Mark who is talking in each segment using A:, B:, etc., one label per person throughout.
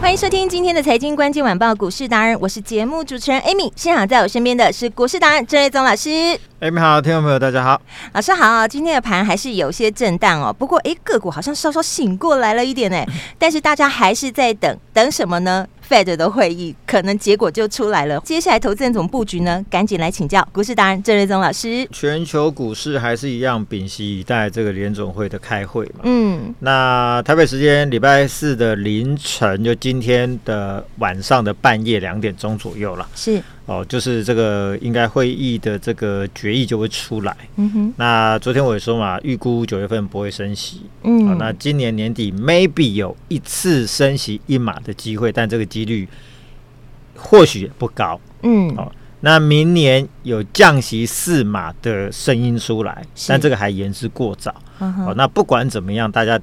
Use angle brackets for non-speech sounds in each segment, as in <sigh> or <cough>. A: 欢迎收听今天的财经关键晚报股市达人，我是节目主持人 Amy。现场在我身边的是股市达人郑瑞宗老师，
B: 哎，你好，听众朋友，大家好。
A: 老师好。今天的盘还是有些震荡哦，不过诶，个股好像稍稍醒过来了一点呢。但是大家还是在等等什么呢？Fed 的会议可能结果就出来了，接下来投资人怎么布局呢？赶紧来请教股市达人郑瑞宗老师。
B: 全球股市还是一样屏息以待这个联总会的开会嘛？
A: 嗯，
B: 那台北时间礼拜四的凌晨，就今天的晚上的半夜两点钟左右了。
A: 是，
B: 哦，就是这个应该会议的这个决议就会出来。
A: 嗯哼，
B: 那昨天我也说嘛，预估九月份不会升息。
A: 嗯，
B: 好、那今年年底 maybe 有一次升息一码的机会，但这个几率或许也不高。
A: 嗯，
B: 好那明年有降息四码的声音出来，
A: 是
B: 但这个还言之过早。
A: 嗯
B: 好、
A: 哼
B: 那不管怎么样，大家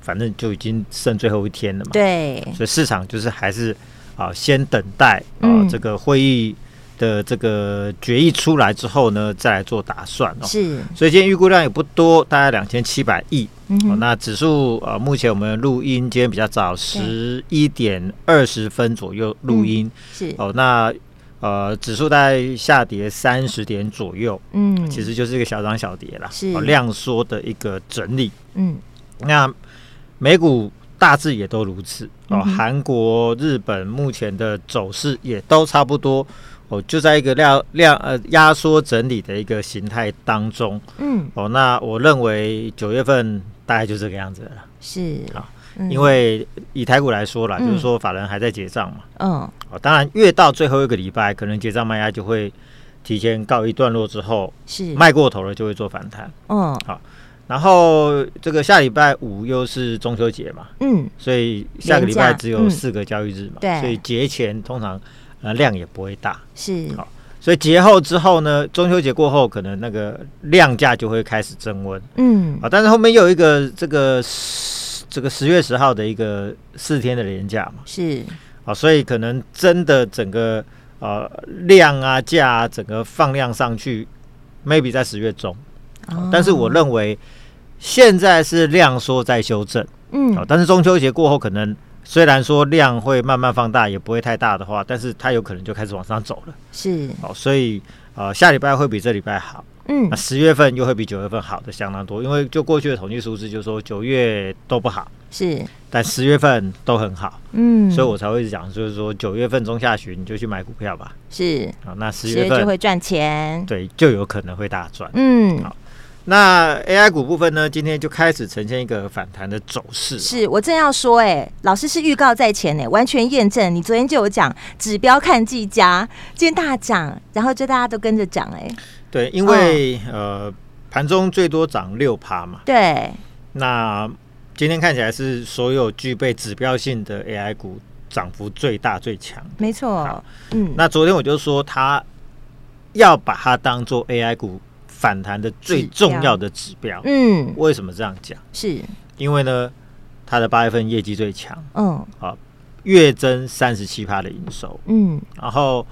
B: 反正就已经剩最后一天了嘛。，
A: 对，
B: 所以市场就是还是啊、先等待啊、
A: 嗯
B: 这个会议的这个决议出来之后呢，再来做打算哦。
A: 是，
B: 所以今天预估量也不多，大概两千七百亿。
A: 嗯
B: 哦，
A: 哼，
B: 那指数呃，目前我们录音今天比较早，十一点二十分左右录
A: 嗯
B: 音。
A: 是，
B: 哦，那呃，指数大概下跌三十点左右，
A: 嗯，
B: 其，实就是一个小涨小跌啦，
A: 是
B: 哦、量缩的一个整理。
A: 嗯，
B: 那美股大致也都如此哦
A: 嗯，哼
B: 韩、国、日本目前的走势也都差不多哦，就在一个量量呃压缩整理的一个形态当中
A: 嗯，
B: 哦。那我认为九月份大概就这个样子了，
A: 是
B: 好，
A: 嗯
B: 因，为以台股来说啦，
A: 嗯
B: 就是说法人还在结账嘛。
A: 嗯，
B: 哦，当然，越到最后一个礼拜，可能结账卖压就会提前告一段落，之后
A: 是，
B: 卖过头了就会做反弹。
A: 嗯，
B: 然后这个下礼拜五又是中秋节嘛，
A: 嗯，
B: 所以下个礼
A: 连
B: 拜
A: 假
B: 只
A: 嗯
B: 有四个交易日嘛，
A: 对
B: 所以节前通常呃量也不会大，
A: 是，
B: 好所以节后之后呢，中秋节过后可能那个量价就会开始增温
A: 嗯
B: 啊，但是后面又有一个这个十这个十月十号的一个四天的连假嘛。
A: 是，
B: 啊，所以可能真的整个呃量啊价啊整个放量上去，maybe 在十月中、
A: 哦
B: 但是我认为现在是量缩在修正，
A: 嗯
B: 啊，但是中秋节过后可能。虽然说量会慢慢放大，也不会太大的话，但是它有可能就开始往上走了。
A: 是，
B: 好、所以呃，下礼拜会比这礼拜好，
A: 嗯
B: 那十月份又会比九月份好的相当多，因为就过去的统计数字就是说九月都不好，
A: 是，
B: 但十月份都很好。
A: 嗯，
B: 所以我才会讲，就是说九月份中下旬你就去买股票吧，
A: 是
B: 啊，那十
A: 十
B: 月
A: 月
B: 份
A: 就会赚钱，
B: 对就有可能会大赚。
A: 嗯
B: 好，那 AI 股部分呢，今天就开始呈现一个反弹的走势。
A: 是我正要说、哎，老师是预告在前、哎，完全验证。你昨天就有讲指标看技佳，今天大涨，然后就大家都跟着涨、哎，
B: 对，因为、
A: 哦
B: 呃盘中最多涨六趴嘛，
A: 对，
B: 那今天看起来是所有具备指标性的 AI 股涨幅最大最强。
A: 没错
B: 好，
A: 嗯，
B: 那昨天我就说，它要把它当做 AI 股反弹的最
A: 指标
B: 重要的指标。
A: 嗯
B: 为什么这样讲？
A: 是，
B: 因为呢，它的八月份业绩最强，啊
A: 嗯
B: 月增三十七趴的营收，
A: 嗯
B: 然后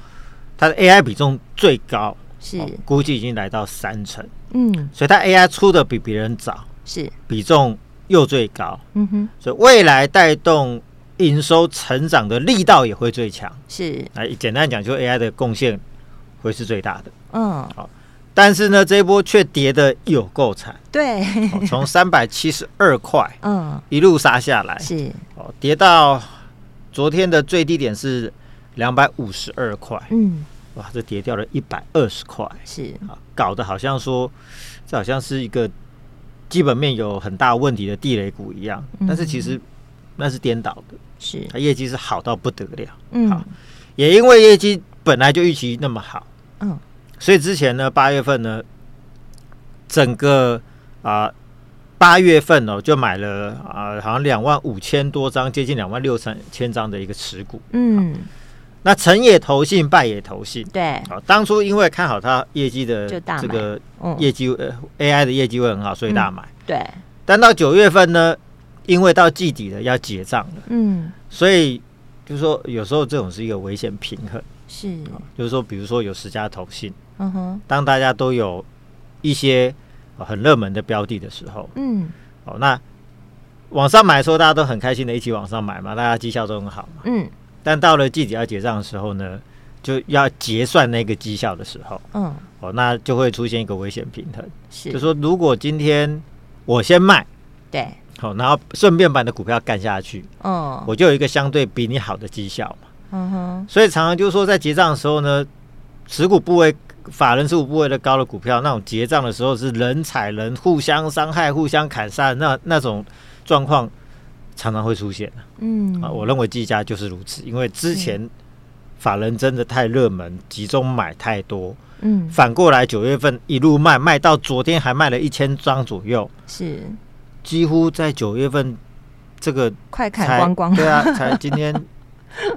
B: 它的 AI 比重最高，
A: 是
B: 哦，估计已经来到三成，
A: 嗯
B: 所以它 AI 出的比别人早，
A: 是，
B: 比重又最高，
A: 嗯哼
B: 所以未来带动营收成长的力道也会最强。
A: 是，
B: 来，简单讲，就 AI 的贡献会是最大的。
A: 嗯
B: 但是呢，这一波却跌的有够惨，
A: 对， <laughs>
B: 哦从三百七十二块
A: 嗯
B: 一路杀下来，
A: 是，
B: 哦，跌到昨天的最低点是两百五十二块，
A: 嗯
B: 哇，这跌掉了一百二十块
A: 是，
B: 啊，搞得好像说这好像是一个基本面有很大问题的地雷股一样，但是其实那是颠倒的，
A: 是，
B: 它业绩是好到不得了，
A: 嗯
B: 好也因为业绩。本来就预期那么好，
A: 嗯，
B: 所以之前呢，八月份呢，整个啊八、月份哦，就买了啊、好像两万五千多张，接近两万六千千张的一个持股。
A: 嗯，
B: 那成也投信，败也投信。
A: 对，
B: 好，当初因为看好它业绩的
A: 就大买
B: 这个
A: 嗯，
B: 业绩、呃 AI 的业绩会很好，所以大买。
A: 对，
B: 但到九月份呢，因为到季底了要结账了，
A: 嗯，
B: 所以就是说有时候这种是一个危险平衡，
A: 是，
B: 就是说比如说有十家投信，
A: 嗯哼，
B: 当大家都有一些呃很热门的标的的时候，
A: 嗯
B: 哦，那往上买的时候大家都很开心的一起往上买嘛，大家绩效都很好嘛。
A: 嗯
B: 但到了季底要结账的时候呢，就要结算那个绩效的时候，
A: 嗯，
B: 哦，那就会出现一个危险平衡，
A: 是，
B: 就说如果今天我先卖。
A: 对，
B: 好，然后顺便把你的股票干下去，
A: 嗯，
B: 我就有一个相对比你好的绩效嘛。
A: 嗯哼，
B: 所以常常就是说，在结账的时候呢，持股部位、法人持股部位的高的股票，那种结账的时候是人踩人，互相伤害、互相砍杀，那那种状况常常会出现、
A: 嗯，
B: 啊。我认为技嘉就是如此，因为之前法人真的太热门，集中买太多，
A: 嗯
B: 反过来九月份一路卖，卖到昨天还卖了一千张左右，
A: 是
B: 几乎在九月份这个
A: 快
B: 才
A: 砍光光，
B: 对啊，才今天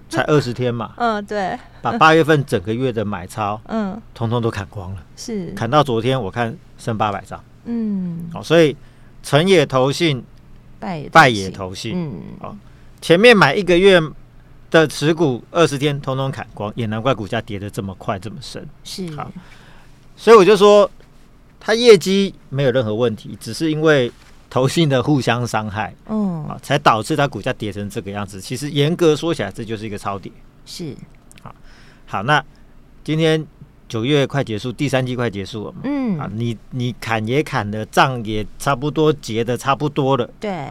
B: 才二十天嘛，
A: <laughs> 嗯对，
B: 把八月份整个月的买超
A: 嗯
B: 通通都砍光了，
A: 是，
B: 砍到昨天我看剩八百张
A: 嗯，
B: 哦，所以成也投信，
A: 败也
B: 败也
A: 行，
B: 投信，
A: 嗯
B: 前面买一个月的持股二十天通通砍光，也难怪股价跌得这么快这么深。
A: 是，
B: 好所以我就说，它业绩没有任何问题，只是因为投信的互相伤害
A: 嗯
B: 啊，才导致它股价跌成这个样子。其实严格说起来，这就是一个超跌。
A: 是，
B: 好，那今天九月快结束，第三季快结束了嘛？啊，
A: 嗯
B: 你你砍也砍了，账也差不多结的差不多了，
A: 对，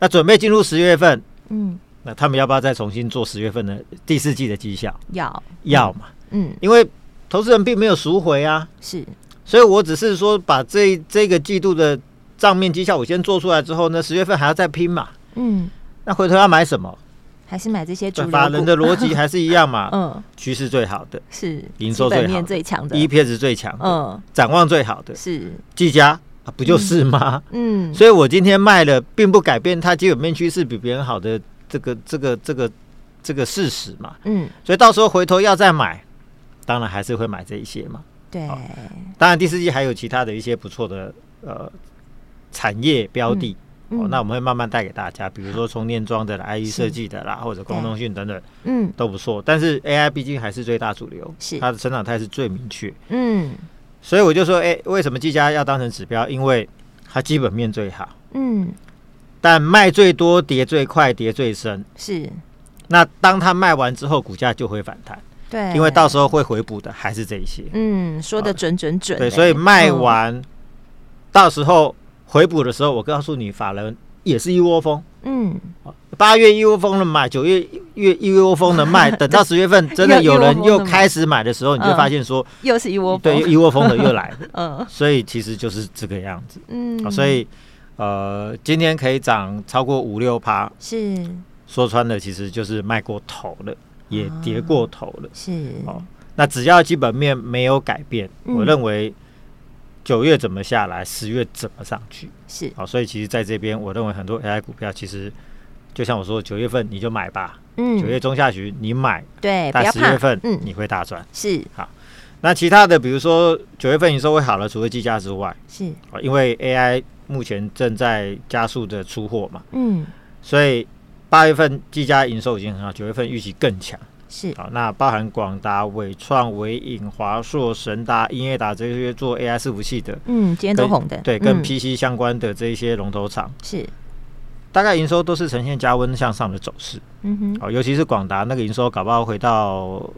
B: 那准备进入十月份，
A: 嗯
B: 那他们要不要再重新做十月份的第四季的绩效？
A: 要，
B: 要嘛，
A: 嗯
B: 因为投资人并没有赎回啊，
A: 是，
B: 所以我只是说把这这个季度的账面绩效我先做出来之后呢，十月份还要再拼嘛。
A: 嗯
B: 那回头要买什么？
A: 还是买这些主流
B: 法人
A: 股
B: 的逻辑还是一样嘛，
A: <laughs> 嗯
B: 趋势最好的
A: 是，基
B: 营收最
A: 本
B: 好
A: 面
B: 的
A: 最强的，
B: ，EPS 最强的，
A: 嗯
B: 展望最好的，
A: 是，
B: 技嘉、啊、不就是吗？
A: 嗯
B: 所以我今天卖了，并不改变它基本面趋势比别人好的这个这个这个这个事实嘛。
A: 嗯
B: 所以到时候回头要再买，当然还是会买这一些嘛。
A: 对，
B: 好当然第四季还有其他的一些不错的呃产业标的、哦
A: 嗯，
B: 那我们会慢慢带给大家，比如说充电桩的啦、IE 设计的啦，或者功能性等等
A: 嗯
B: 都不错。但是 AI 毕竟还是最大主流，
A: 是
B: 它的成长态是最明确。
A: 嗯
B: 所以我就说，哎、为什么技嘉要当成指标？因为它基本面最好。
A: 嗯
B: 但卖最多、跌最快、跌最深。
A: 是，
B: 那当它卖完之后，股价就会反弹，
A: 对，
B: 因为到时候会回补的还是这一些。
A: 嗯说的准准准欸，
B: 对，所以卖
A: 嗯
B: 完，到时候回补的时候，我告诉你，法人也是一窝蜂。
A: 嗯
B: 八月一窝蜂的买，九月月一窝蜂的
A: <laughs>
B: 卖，等到十月份真的有人又开始买的时候，
A: 一
B: 你
A: 窝蜂地买
B: 就发现说，
A: 又嗯是一窝
B: 对，
A: 蜂，
B: 一窝蜂的
A: <laughs>
B: 又来了。
A: 嗯
B: 所以其实就是这个样子。
A: 嗯
B: 啊所以呃，今天可以涨超过五六趴，
A: 是
B: 说穿了，其实就是卖过头了，也
A: 啊
B: 跌过头了。
A: 是
B: 哦，那只要基本面没有改变，
A: 嗯
B: 我认为九月怎么下来，十月怎么上去。哦
A: 是，
B: 好、所以其实在这边，我认为很多 AI 股票其实。就像我说，九月份你就买吧，九
A: 嗯
B: 月中下旬你买，
A: 对，不
B: 但
A: 要
B: 十月
A: 怕，
B: 份
A: 嗯
B: 你会大赚。
A: 是
B: 那其他的，比如说九月份营收会好了，除了计价之外，
A: 是
B: 哦因为 AI 目前正在加速的出货嘛，
A: 嗯
B: 所以八月份计价营收已经很好，九月份预期更强。
A: 是
B: 好，那包含广达、伟创、伟影、华硕、神达、英业达这些做 AI 伺服器的，
A: 嗯今天都
B: 跟
A: 红的，
B: 对，跟
A: 嗯
B: PC 相关的这一些龙头厂，
A: 是
B: 大概营收都是呈现加温向上的走势。
A: 嗯哼
B: 好，尤其是广达那个营收，搞不好回到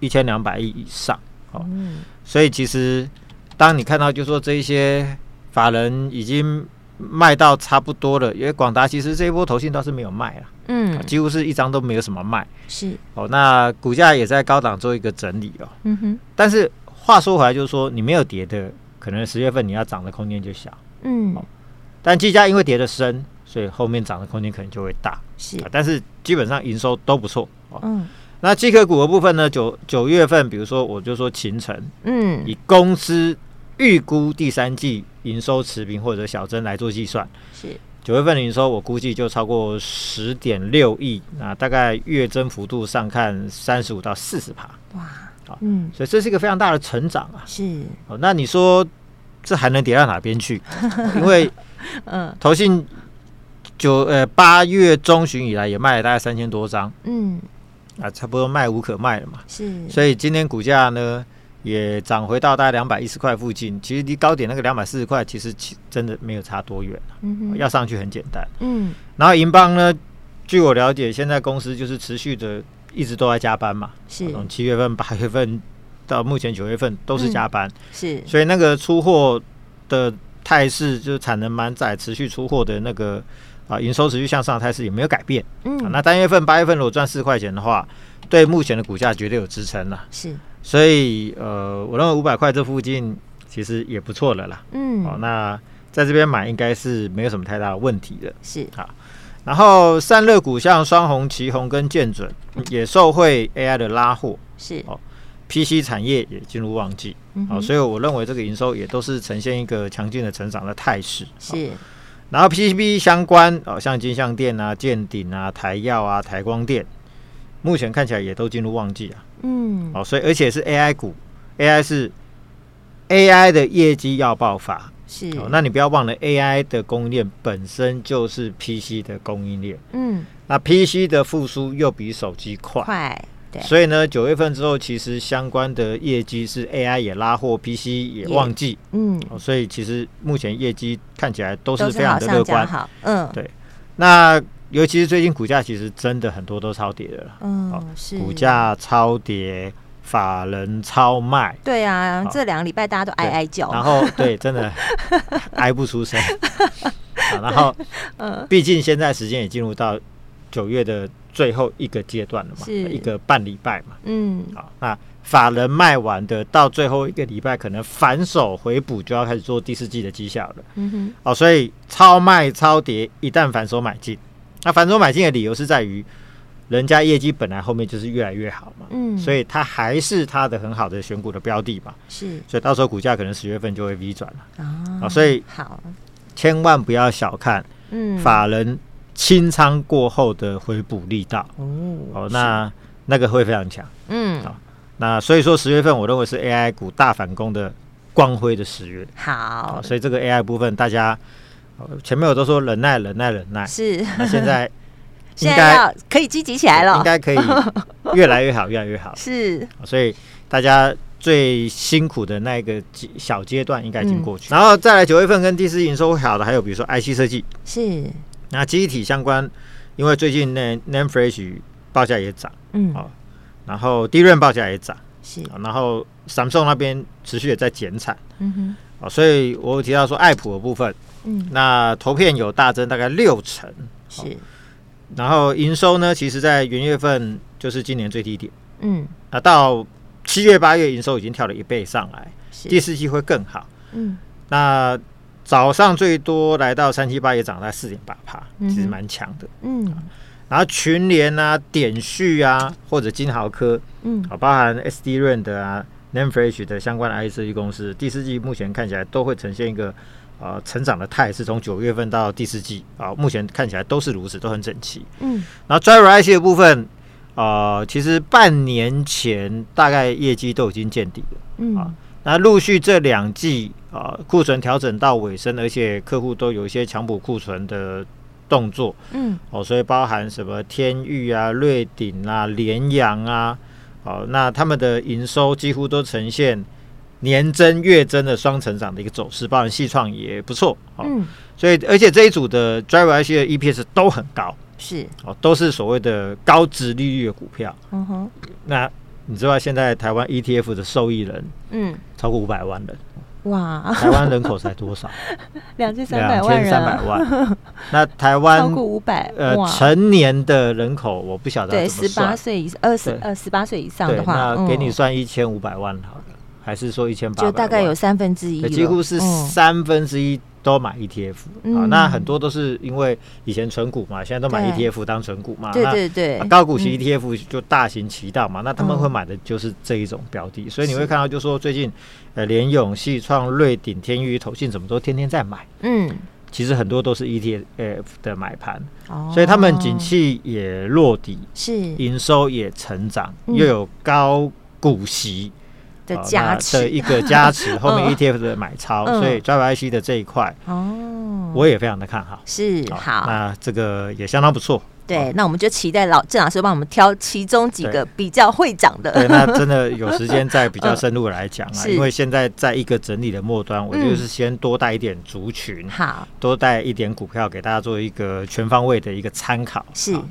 B: 一千两百亿以上。好
A: 嗯
B: 所以其实当你看到，就说这一些法人已经卖到差不多了，因为广达其实这一波投信倒是没有卖啦，
A: 嗯
B: 几乎是一张都没有什么卖。
A: 是
B: 哦，那股价也在高档做一个整理哦。
A: 嗯哼
B: 但是话说回来，就是说你没有跌的，可能十月份你要涨的空间就小。
A: 嗯
B: 好但技嘉因为跌的深，所以后面涨的空间可能就会大。啊
A: 是
B: 啊但是基本上营收都不错哦。
A: 嗯
B: 那机壳股的部分呢，九九月份，比如说我就说秦城，
A: 嗯，
B: 以公司预估第三季营收持平或者小增来做计算，
A: 是
B: 九月份的营收我估计就超过十点六亿，那大概月增幅度上看三十五到四十趴，
A: 哇
B: 好，
A: 嗯，
B: 所以这是一个非常大的成长啊。
A: 是，
B: 哦，那你说这还能跌到哪边
A: <laughs>
B: 去？因为
A: 嗯
B: 投信九呃八月中旬以来也卖了大概三千多张
A: 嗯，
B: 啊，差不多卖无可卖了嘛，
A: 是，
B: 所以今天股价呢也涨回到大概两百一十块附近，其实离高点那个两百四十块其实其真的没有差多远，啊
A: 嗯哼，
B: 要上去很简单。
A: 嗯
B: 然后银邦呢，据我了解，现在公司就是持续的一直都在加班嘛，
A: 是
B: 从七月份、八月份到目前九月份都
A: 嗯
B: 是加班，
A: 是，
B: 所以那个出货的态势，就是产能满载、持续出货的那个啊，营收持续向上的态势也没有改变。啊
A: 嗯
B: 那单月份、八月份如果赚四块钱的话，对目前的股价绝对有支撑了。
A: 是，
B: 所以呃，我认为五百块这附近其实也不错了啦。哦，
A: 嗯
B: 那在这边买应该是没有什么太大的问题的。
A: 是，
B: 然后散热股像双红、旗红跟建准也受惠 AI 的拉货
A: 是，
B: ，PC 产业也进入旺季。
A: 嗯
B: 好、
A: 哼
B: 所以我认为这个营收也都是呈现一个强劲的成长的态势。好
A: 是，
B: 然后 PCB 相关哦，像金像电啊、建鼎啊、台药啊、台光电，目前看起来也都进入旺季啊。
A: 嗯
B: 哦，所以而且是 AI 股，AI 是 AI 的业绩要爆发。
A: 是，
B: 哦，那你不要忘了，AI 的供应链本身就是 PC 的供应链，
A: 嗯
B: 那 PC 的复苏又比手机快。
A: 快，对
B: 所以呢，九月份之后，其实相关的业绩是 AI 也拉货，PC 也旺季，
A: 嗯
B: 哦，所以其实目前业绩看起来都是
A: 都
B: 非
A: 是好
B: 常的
A: 上
B: 乐
A: 加
B: 观。
A: 好，嗯
B: 对那尤其是最近股价其实真的很多都超跌的了，
A: 嗯是
B: 股价超跌，法人超卖，
A: 对啊，
B: 好
A: 这两个礼拜大家都哀
B: 对
A: 哀叫，
B: 然后对，真的 <laughs> 挨不
A: <laughs>
B: 出声。好然后，
A: 嗯
B: 毕竟现在时间也进入到九月的最后一个阶段了嘛，
A: 是
B: 一个半礼拜嘛。
A: 嗯
B: 好，那法人卖完的，到最后一个礼拜可能反手回补，就要开始做第四季的绩效了。
A: 嗯哼
B: 哦，所以超卖超跌，一旦反手买进，那反手买进的理由是在于，人家业绩本来后面就是越来越好嘛，
A: 嗯，
B: 所
A: 以
B: 以它还是它的很好的选股的标的嘛，
A: 是
B: 所以到时候股价可能十月份就会 V 转了，
A: 啊
B: 啊所以
A: 好，
B: 千万不要小看
A: 嗯
B: 法人清仓过后的回补力道，
A: 哦
B: 哦，那那个会非常强，
A: 嗯
B: 好那所以说十月份我认为是 AI 股大反攻的光辉的十月，
A: 好
B: 啊，所以这个 AI 部分大家。呃前面我都说忍耐，忍耐，忍
A: <laughs>
B: 耐。
A: 是，
B: 那现在应
A: <laughs> 现在
B: 哎该
A: 要可以积极起来了
B: 应，该可以越来越好，越来越
A: <laughs>
B: 好。
A: 是
B: 所以大家最辛苦的那一个几小阶段应该已经过去，
A: 嗯
B: 然后再来九月份跟第四季营收会好的，还有比如说 IC 设计，
A: 是，
B: 那机体相关，因为最近那 Name Flash 报价也涨，
A: 嗯
B: 好然后 d r 报价也涨，
A: 是，
B: 啊然后 Samsung 那边持续也在减产。
A: 嗯哼
B: 啊，所以我有提到说爱普的部分，
A: 嗯
B: 那投片有大增大概六成，
A: 是，
B: 然后营收呢，其实在元月份就是今年最低点。
A: 嗯
B: 啊，到七月、八月营收已经跳了一倍上来，第
A: 是，
B: 四季会更好。
A: 嗯
B: 那早上最多来到三七八，也涨到四点八帕，其实
A: 嗯哼
B: 蛮强的。
A: 嗯
B: 然后群联啊、点序啊，或者金豪科
A: 嗯
B: 啊，包含 SD 润的啊、Namefresh 的相关的 IC 设计公司，第四季目前看起来都会呈现一个呃成长的态势，从九月份到第四季啊，目前看起来都是如此，都很整齐。
A: 嗯
B: 然后 Driver IC 的部分，呃，其实半年前大概业绩都已经见底了。
A: 嗯
B: 那陆续这两季啊，库存调整到尾声，而且客户都有一些强补库存的动作
A: 嗯
B: 哦，所以包含什么天域啊、瑞鼎啊、联阳啊，哦，那他们的营收几乎都呈现年增、月增的双成长的一个走势，包含细创也不错哦，
A: 嗯
B: 所以而且这一组的 Driver IC 的 EPS 都很高
A: 是，
B: 哦，都是所谓的高值利率的股票。
A: 嗯哼
B: 那你知道现在台湾 ETF 的受益人
A: 嗯
B: 超过五百万人。
A: 哇， <laughs>
B: 台湾人口才多少？
A: 两千三百
B: 两
A: 万
B: 千
A: 人
B: 三百
A: 啊，
B: 万。那台
A: 超
B: 湾
A: 过五百
B: 呃
A: 哇。
B: 成年的人口，我不晓得
A: 对，
B: 要怎么
A: 十八
B: 算。
A: 岁以二十
B: 对
A: 呃十八岁以上
B: 对，
A: 的话，
B: 那给
A: 嗯
B: 你算一千五百万好了，还是说一千八？
A: 就大概有三分之一
B: 对，
A: 了，
B: 几乎是
A: 嗯
B: 三分之一都买 ETF 啊，
A: 嗯
B: 那很多都是因为以前存股嘛，现在都买
A: 对
B: ETF 当存股嘛，
A: 嗯对
B: 那
A: 对对嗯
B: 啊，高股息 ETF 就大行其道嘛，那他们会买的就是这一种标的，所以你会
A: 是
B: 看到，就说最近呃联勇、系创、瑞鼎、天宇、投信怎么都天天在买，
A: 嗯，
B: 其实很多都是 ETF 的买盘，
A: 哦
B: 所以他们景气也落底，
A: 是
B: 营收也成长，
A: 嗯
B: 又有高股息
A: 的
B: 啊
A: 加
B: 那的
A: 持
B: 一个
A: <laughs>
B: 加持，后面
A: 嗯
B: ETF 的买超，
A: 嗯
B: 所以 Drive IC 的这一块，
A: 哦，
B: 我也非常的看好。
A: 是
B: 啊
A: 好，
B: 那这个也相当不错。
A: 对，那我们就期待老郑老师帮我们挑其中几个比较会长
B: 对，
A: 的，
B: 那真的有时间再比较深入来讲啊，
A: 嗯是
B: 因为现在在一个整理的末端，我
A: 嗯
B: 就是先多带一点族群，
A: 好
B: 多带一点股票给大家做一个全方位的一个参考。
A: 是
B: 好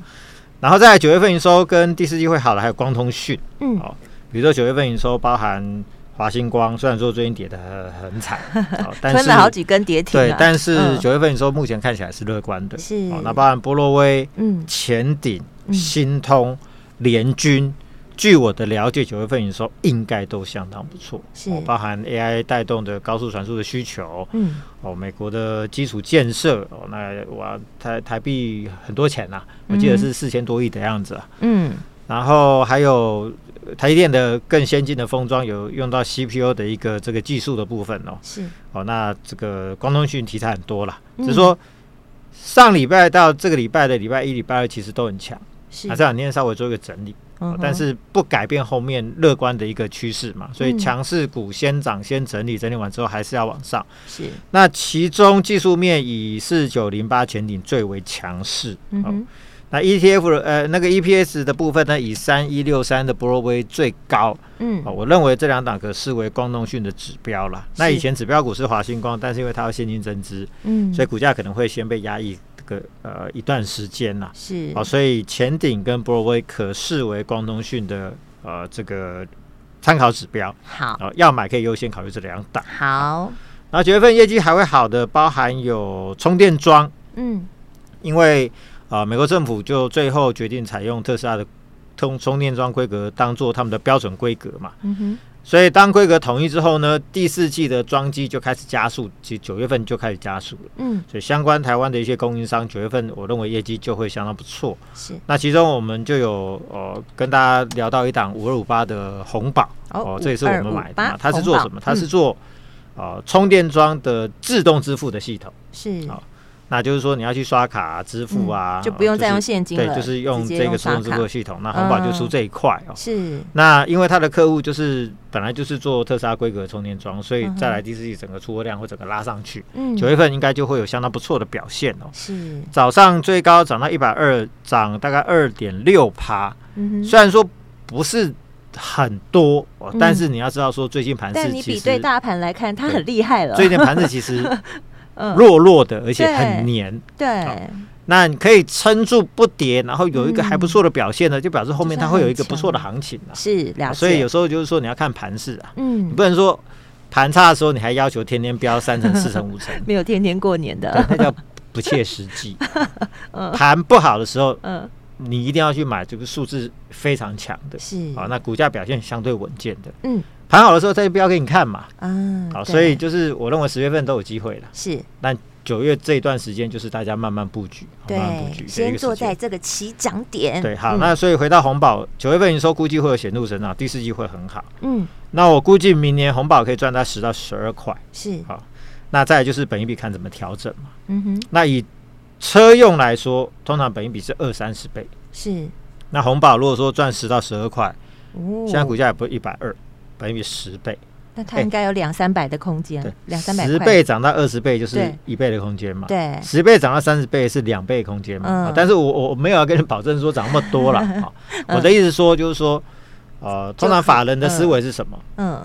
B: 然后在九月份营收跟第四季会好了，还有光通讯，
A: 嗯
B: 好比如说九月份营收包含华星光，虽然说最近跌得很惨，好
A: <laughs>
B: 但
A: 吞
B: 是
A: 了好几根跌停啊，
B: 对，但是
A: 嗯
B: 九月份营收目前看起来是乐观的，
A: 是
B: 好那包含波洛威、
A: 嗯
B: 前顶、新通、联军，据我的了解，九月份营收应该都相当不错，
A: 是
B: 哦包含 AI 带动的高速传输的需求，
A: 嗯
B: 哦，美国的基础建设，哦，那哇，台台币很多钱呐、啊我记得是四千多亿的样子、啊，
A: 嗯
B: 然后还有呃台积电的更先进的封装，有用到 CPU 的一个这个技术的部分哦，
A: 是
B: 哦，那这个光通讯题材很多啦，
A: 嗯
B: 只是说上礼拜到这个礼拜的礼拜一、礼拜二其实都很强。啊
A: 是
B: 那这两天稍微做一个整理，
A: 嗯哼
B: 但是不改变后面乐观的一个趋势嘛，所以
A: 嗯
B: 强势股先涨先整理，整理完之后还是要往上。
A: 是
B: 那其中技术面以四九零八前顶最为强势，
A: 嗯
B: 哦
A: 哼
B: 那 ETF 的呃那个 EPS 的部分呢，以三一六三的 Broadway 最高，哦，
A: 嗯
B: 我认为这两档可视为光通讯的指标啦。那
A: 是
B: 以前指标股是华星光，但是因为它要现金增资，
A: 嗯
B: 所以股价可能会先被压抑这个呃一段时间啦。
A: 是
B: 好，所以前顶跟 Broadway 可视为光通讯的呃这个参考指标
A: 好
B: 啊、要买可以优先考虑这两档。
A: 好
B: 然后九月份业绩还会好的，包含有充电桩，
A: 嗯
B: 因为呃美国政府就最后决定采用特斯拉的充充电桩规格当做他们的标准规格嘛，
A: 嗯哼
B: 所以当规格统一之后呢，第四季的装机就开始加速，其实九月份就开始加速了，
A: 嗯
B: 所以相关台湾的一些供应商九月份我认为业绩就会相当不错。
A: 是
B: 那其中我们就有呃跟大家聊到一档五二五八的红宝
A: 哦
B: 这也是我们买的
A: 5258
B: 嘛，它是做什
A: 红
B: 么？
A: 宝嗯
B: 它是做呃充电桩的自动支付的系统，
A: 是
B: 好那就是说你要去刷卡支付啊，
A: 嗯就不用再
B: 就是
A: 用现金了
B: 对，就是用
A: 直接
B: 这
A: 用
B: 个自动
A: 刷
B: 支
A: 卡
B: 付的系统。那红宝就出这一块哦。
A: 是
B: 那因为它的客户就是本来就是做特斯拉规格的充电桩，所以
A: 嗯哼
B: 再来第四季整个出货量会整个拉上去，
A: 嗯
B: 九月份应该就会有相当不错的表现哦。
A: 是
B: 早上最高涨到一百二，涨大概二点六趴，
A: 嗯哼，
B: 虽然说不是很多，哦
A: 嗯
B: 但是你要知道说最近盘
A: 但
B: 势
A: 你
B: 其
A: 比
B: 实
A: 对大盘来看，它很厉害了，
B: 最近盘势其
A: <laughs>
B: 实
A: 嗯
B: 弱弱的，而且
A: 对
B: 很黏。
A: 对
B: 那你可以撑住不跌，然后有一个
A: 嗯
B: 还不错的表现呢，就表示后面它会有一个
A: 就是很强
B: 不错的行情啊。
A: 是了解，
B: 所以有时候就是说你要看盘势啊，你
A: 嗯
B: 不能说盘差的时候你还要求天天飙三成、四成、
A: <laughs>
B: 五成，
A: 没有天天过年
B: 对
A: 的，
B: 那叫不切实
A: <laughs>
B: 际。盘不好的时候，
A: 嗯
B: 你一定要去买这个数字非常强的，
A: 是
B: 好，那股价表现相对稳健的。
A: 嗯
B: 盘好的时候再标给你看嘛。
A: 啊
B: 好，
A: 对
B: 所以就是我认为十月份都有机会了。
A: 是
B: 那九月这一段时间就是大家慢慢布局，好慢慢布
A: 对，
B: 局的一
A: 先
B: 个
A: 坐
B: 时
A: 在
B: 间。
A: 这个起涨点，
B: 对，好，
A: 嗯
B: 那所以回到红宝，九月份营收估计会有显著成长，第四季会很好。
A: 嗯
B: 那我估计明年红宝可以赚到十到十二块。
A: 是
B: 好，那再来就是本一比看怎么调整嘛。
A: 嗯哼
B: 那以车用来说，通常本一比是二三十倍。
A: 是
B: 那红宝如果说赚十到十二块，
A: 哦，
B: 现在股价也不是一百二，本一比十倍。
A: 那它应该有两三百的空间
B: 对，，
A: 两三百
B: 十
A: 块
B: 倍涨到二十倍就是
A: 对
B: 一倍的空间嘛。
A: 对
B: 十倍涨到三十倍是两倍的空间嘛。
A: 嗯
B: 啊但是我我我没有要跟你保证说涨那么
A: <laughs>
B: 多了、啊。
A: 嗯
B: 我的意思说就是说，呃，通常法人的思维是什么？
A: 嗯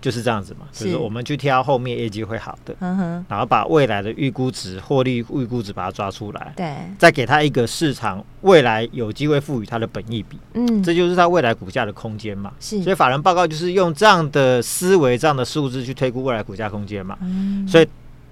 B: 就是这样子嘛，就是
A: 是
B: 我们去挑后面业绩会好的，
A: 嗯哼
B: 然后把未来的预估值、获利预估值把它抓出来，
A: 对
B: 再给它一个市场未来有机会赋予它的本益比，
A: 嗯
B: 这就是它未来股价的空间嘛。
A: 是
B: 所以法人报告就是用这样的思维、这样的数字去推估未来股价空间嘛。
A: 嗯
B: 所以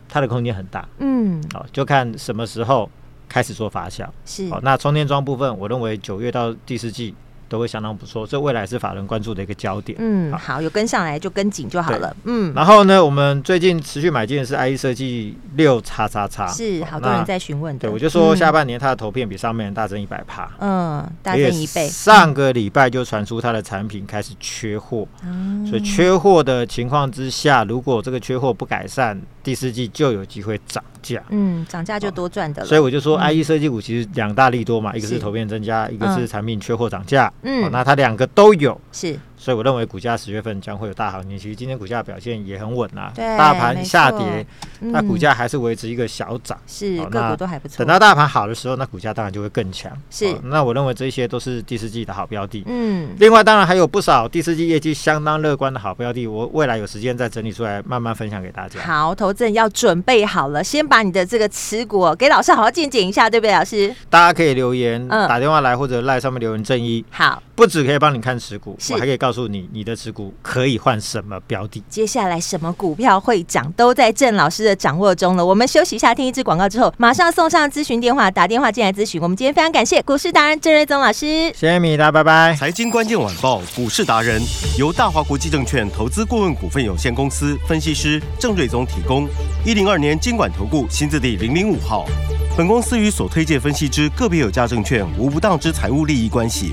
B: 它的空间很大，
A: 嗯
B: 好、就看什么时候开始做发酵。哦
A: 是
B: 好、那充电桩部分，我认为九月到第四季都会相当不错，所以未来是法人关注的一个焦点。
A: 嗯，
B: 好
A: 好，有跟上来就跟紧就好了。嗯，
B: 然后呢，我们最近持续买进的是 IE 设计六叉叉叉，哦
A: 是好多
B: 那
A: 人在询问的。
B: 对，我就说
A: 嗯
B: 下半年它的投片比上半年大增一百趴，
A: 嗯，大
B: 而且
A: 增一倍，
B: 上个礼拜就传出它的产品开始缺货，
A: 嗯
B: 所以缺货的情况之下，如果这个缺货不改善，第四季就有机会涨价。
A: 嗯，涨价就多赚的了。嗯
B: 所以我就说，IE 设计股其实两大利多嘛，一个
A: 是
B: 是投片增加，一个是
A: 嗯
B: 产品缺货涨价。
A: 嗯
B: 哦那它两个都有，
A: 是
B: 所以我认为股价十月份将会有大行情。其实今天股价表现也很稳啊，
A: 对
B: 大盘下
A: 没
B: 跌，
A: 嗯
B: 那股价还是维持一个小涨。
A: 是
B: 好
A: 个股
B: 那
A: 都还不错。
B: 等到大盘好的时候，那股价当然就会更强。哦
A: 是
B: 那我认为这些都是第四季的好标的。
A: 嗯，
B: 另外，当然还有不少第四季业绩相当乐观的好标的，我未来有时间再整理出来，慢慢分享给大家。
A: 好，投资人要准备好了，先把你的这个持股哦给老师好好鉴检一下，对不对，老师？
B: 大家可以留言、
A: 嗯
B: 打电话来或者赖上面留言正一，
A: 好，
B: 不止可以帮你看持股，
A: 是
B: 我还可以告诉你你的持股可以换什么标的。
A: 接下来什么股票会涨，都在郑老师的掌握中了。我们休息一下，听一支广告之后，马上送上咨询电话，打电话进来咨询。我们今天非常感谢股市达人郑瑞宗老师。
B: 谢谢米达，拜拜。
C: 财经关键晚报股市达人由大华国际证券投资顾问股份有限公司分析师郑瑞宗提供。一零二年经管投顾新字第零零五号。本公司与所推介分析之个别有价证券无不当之财务利益关系。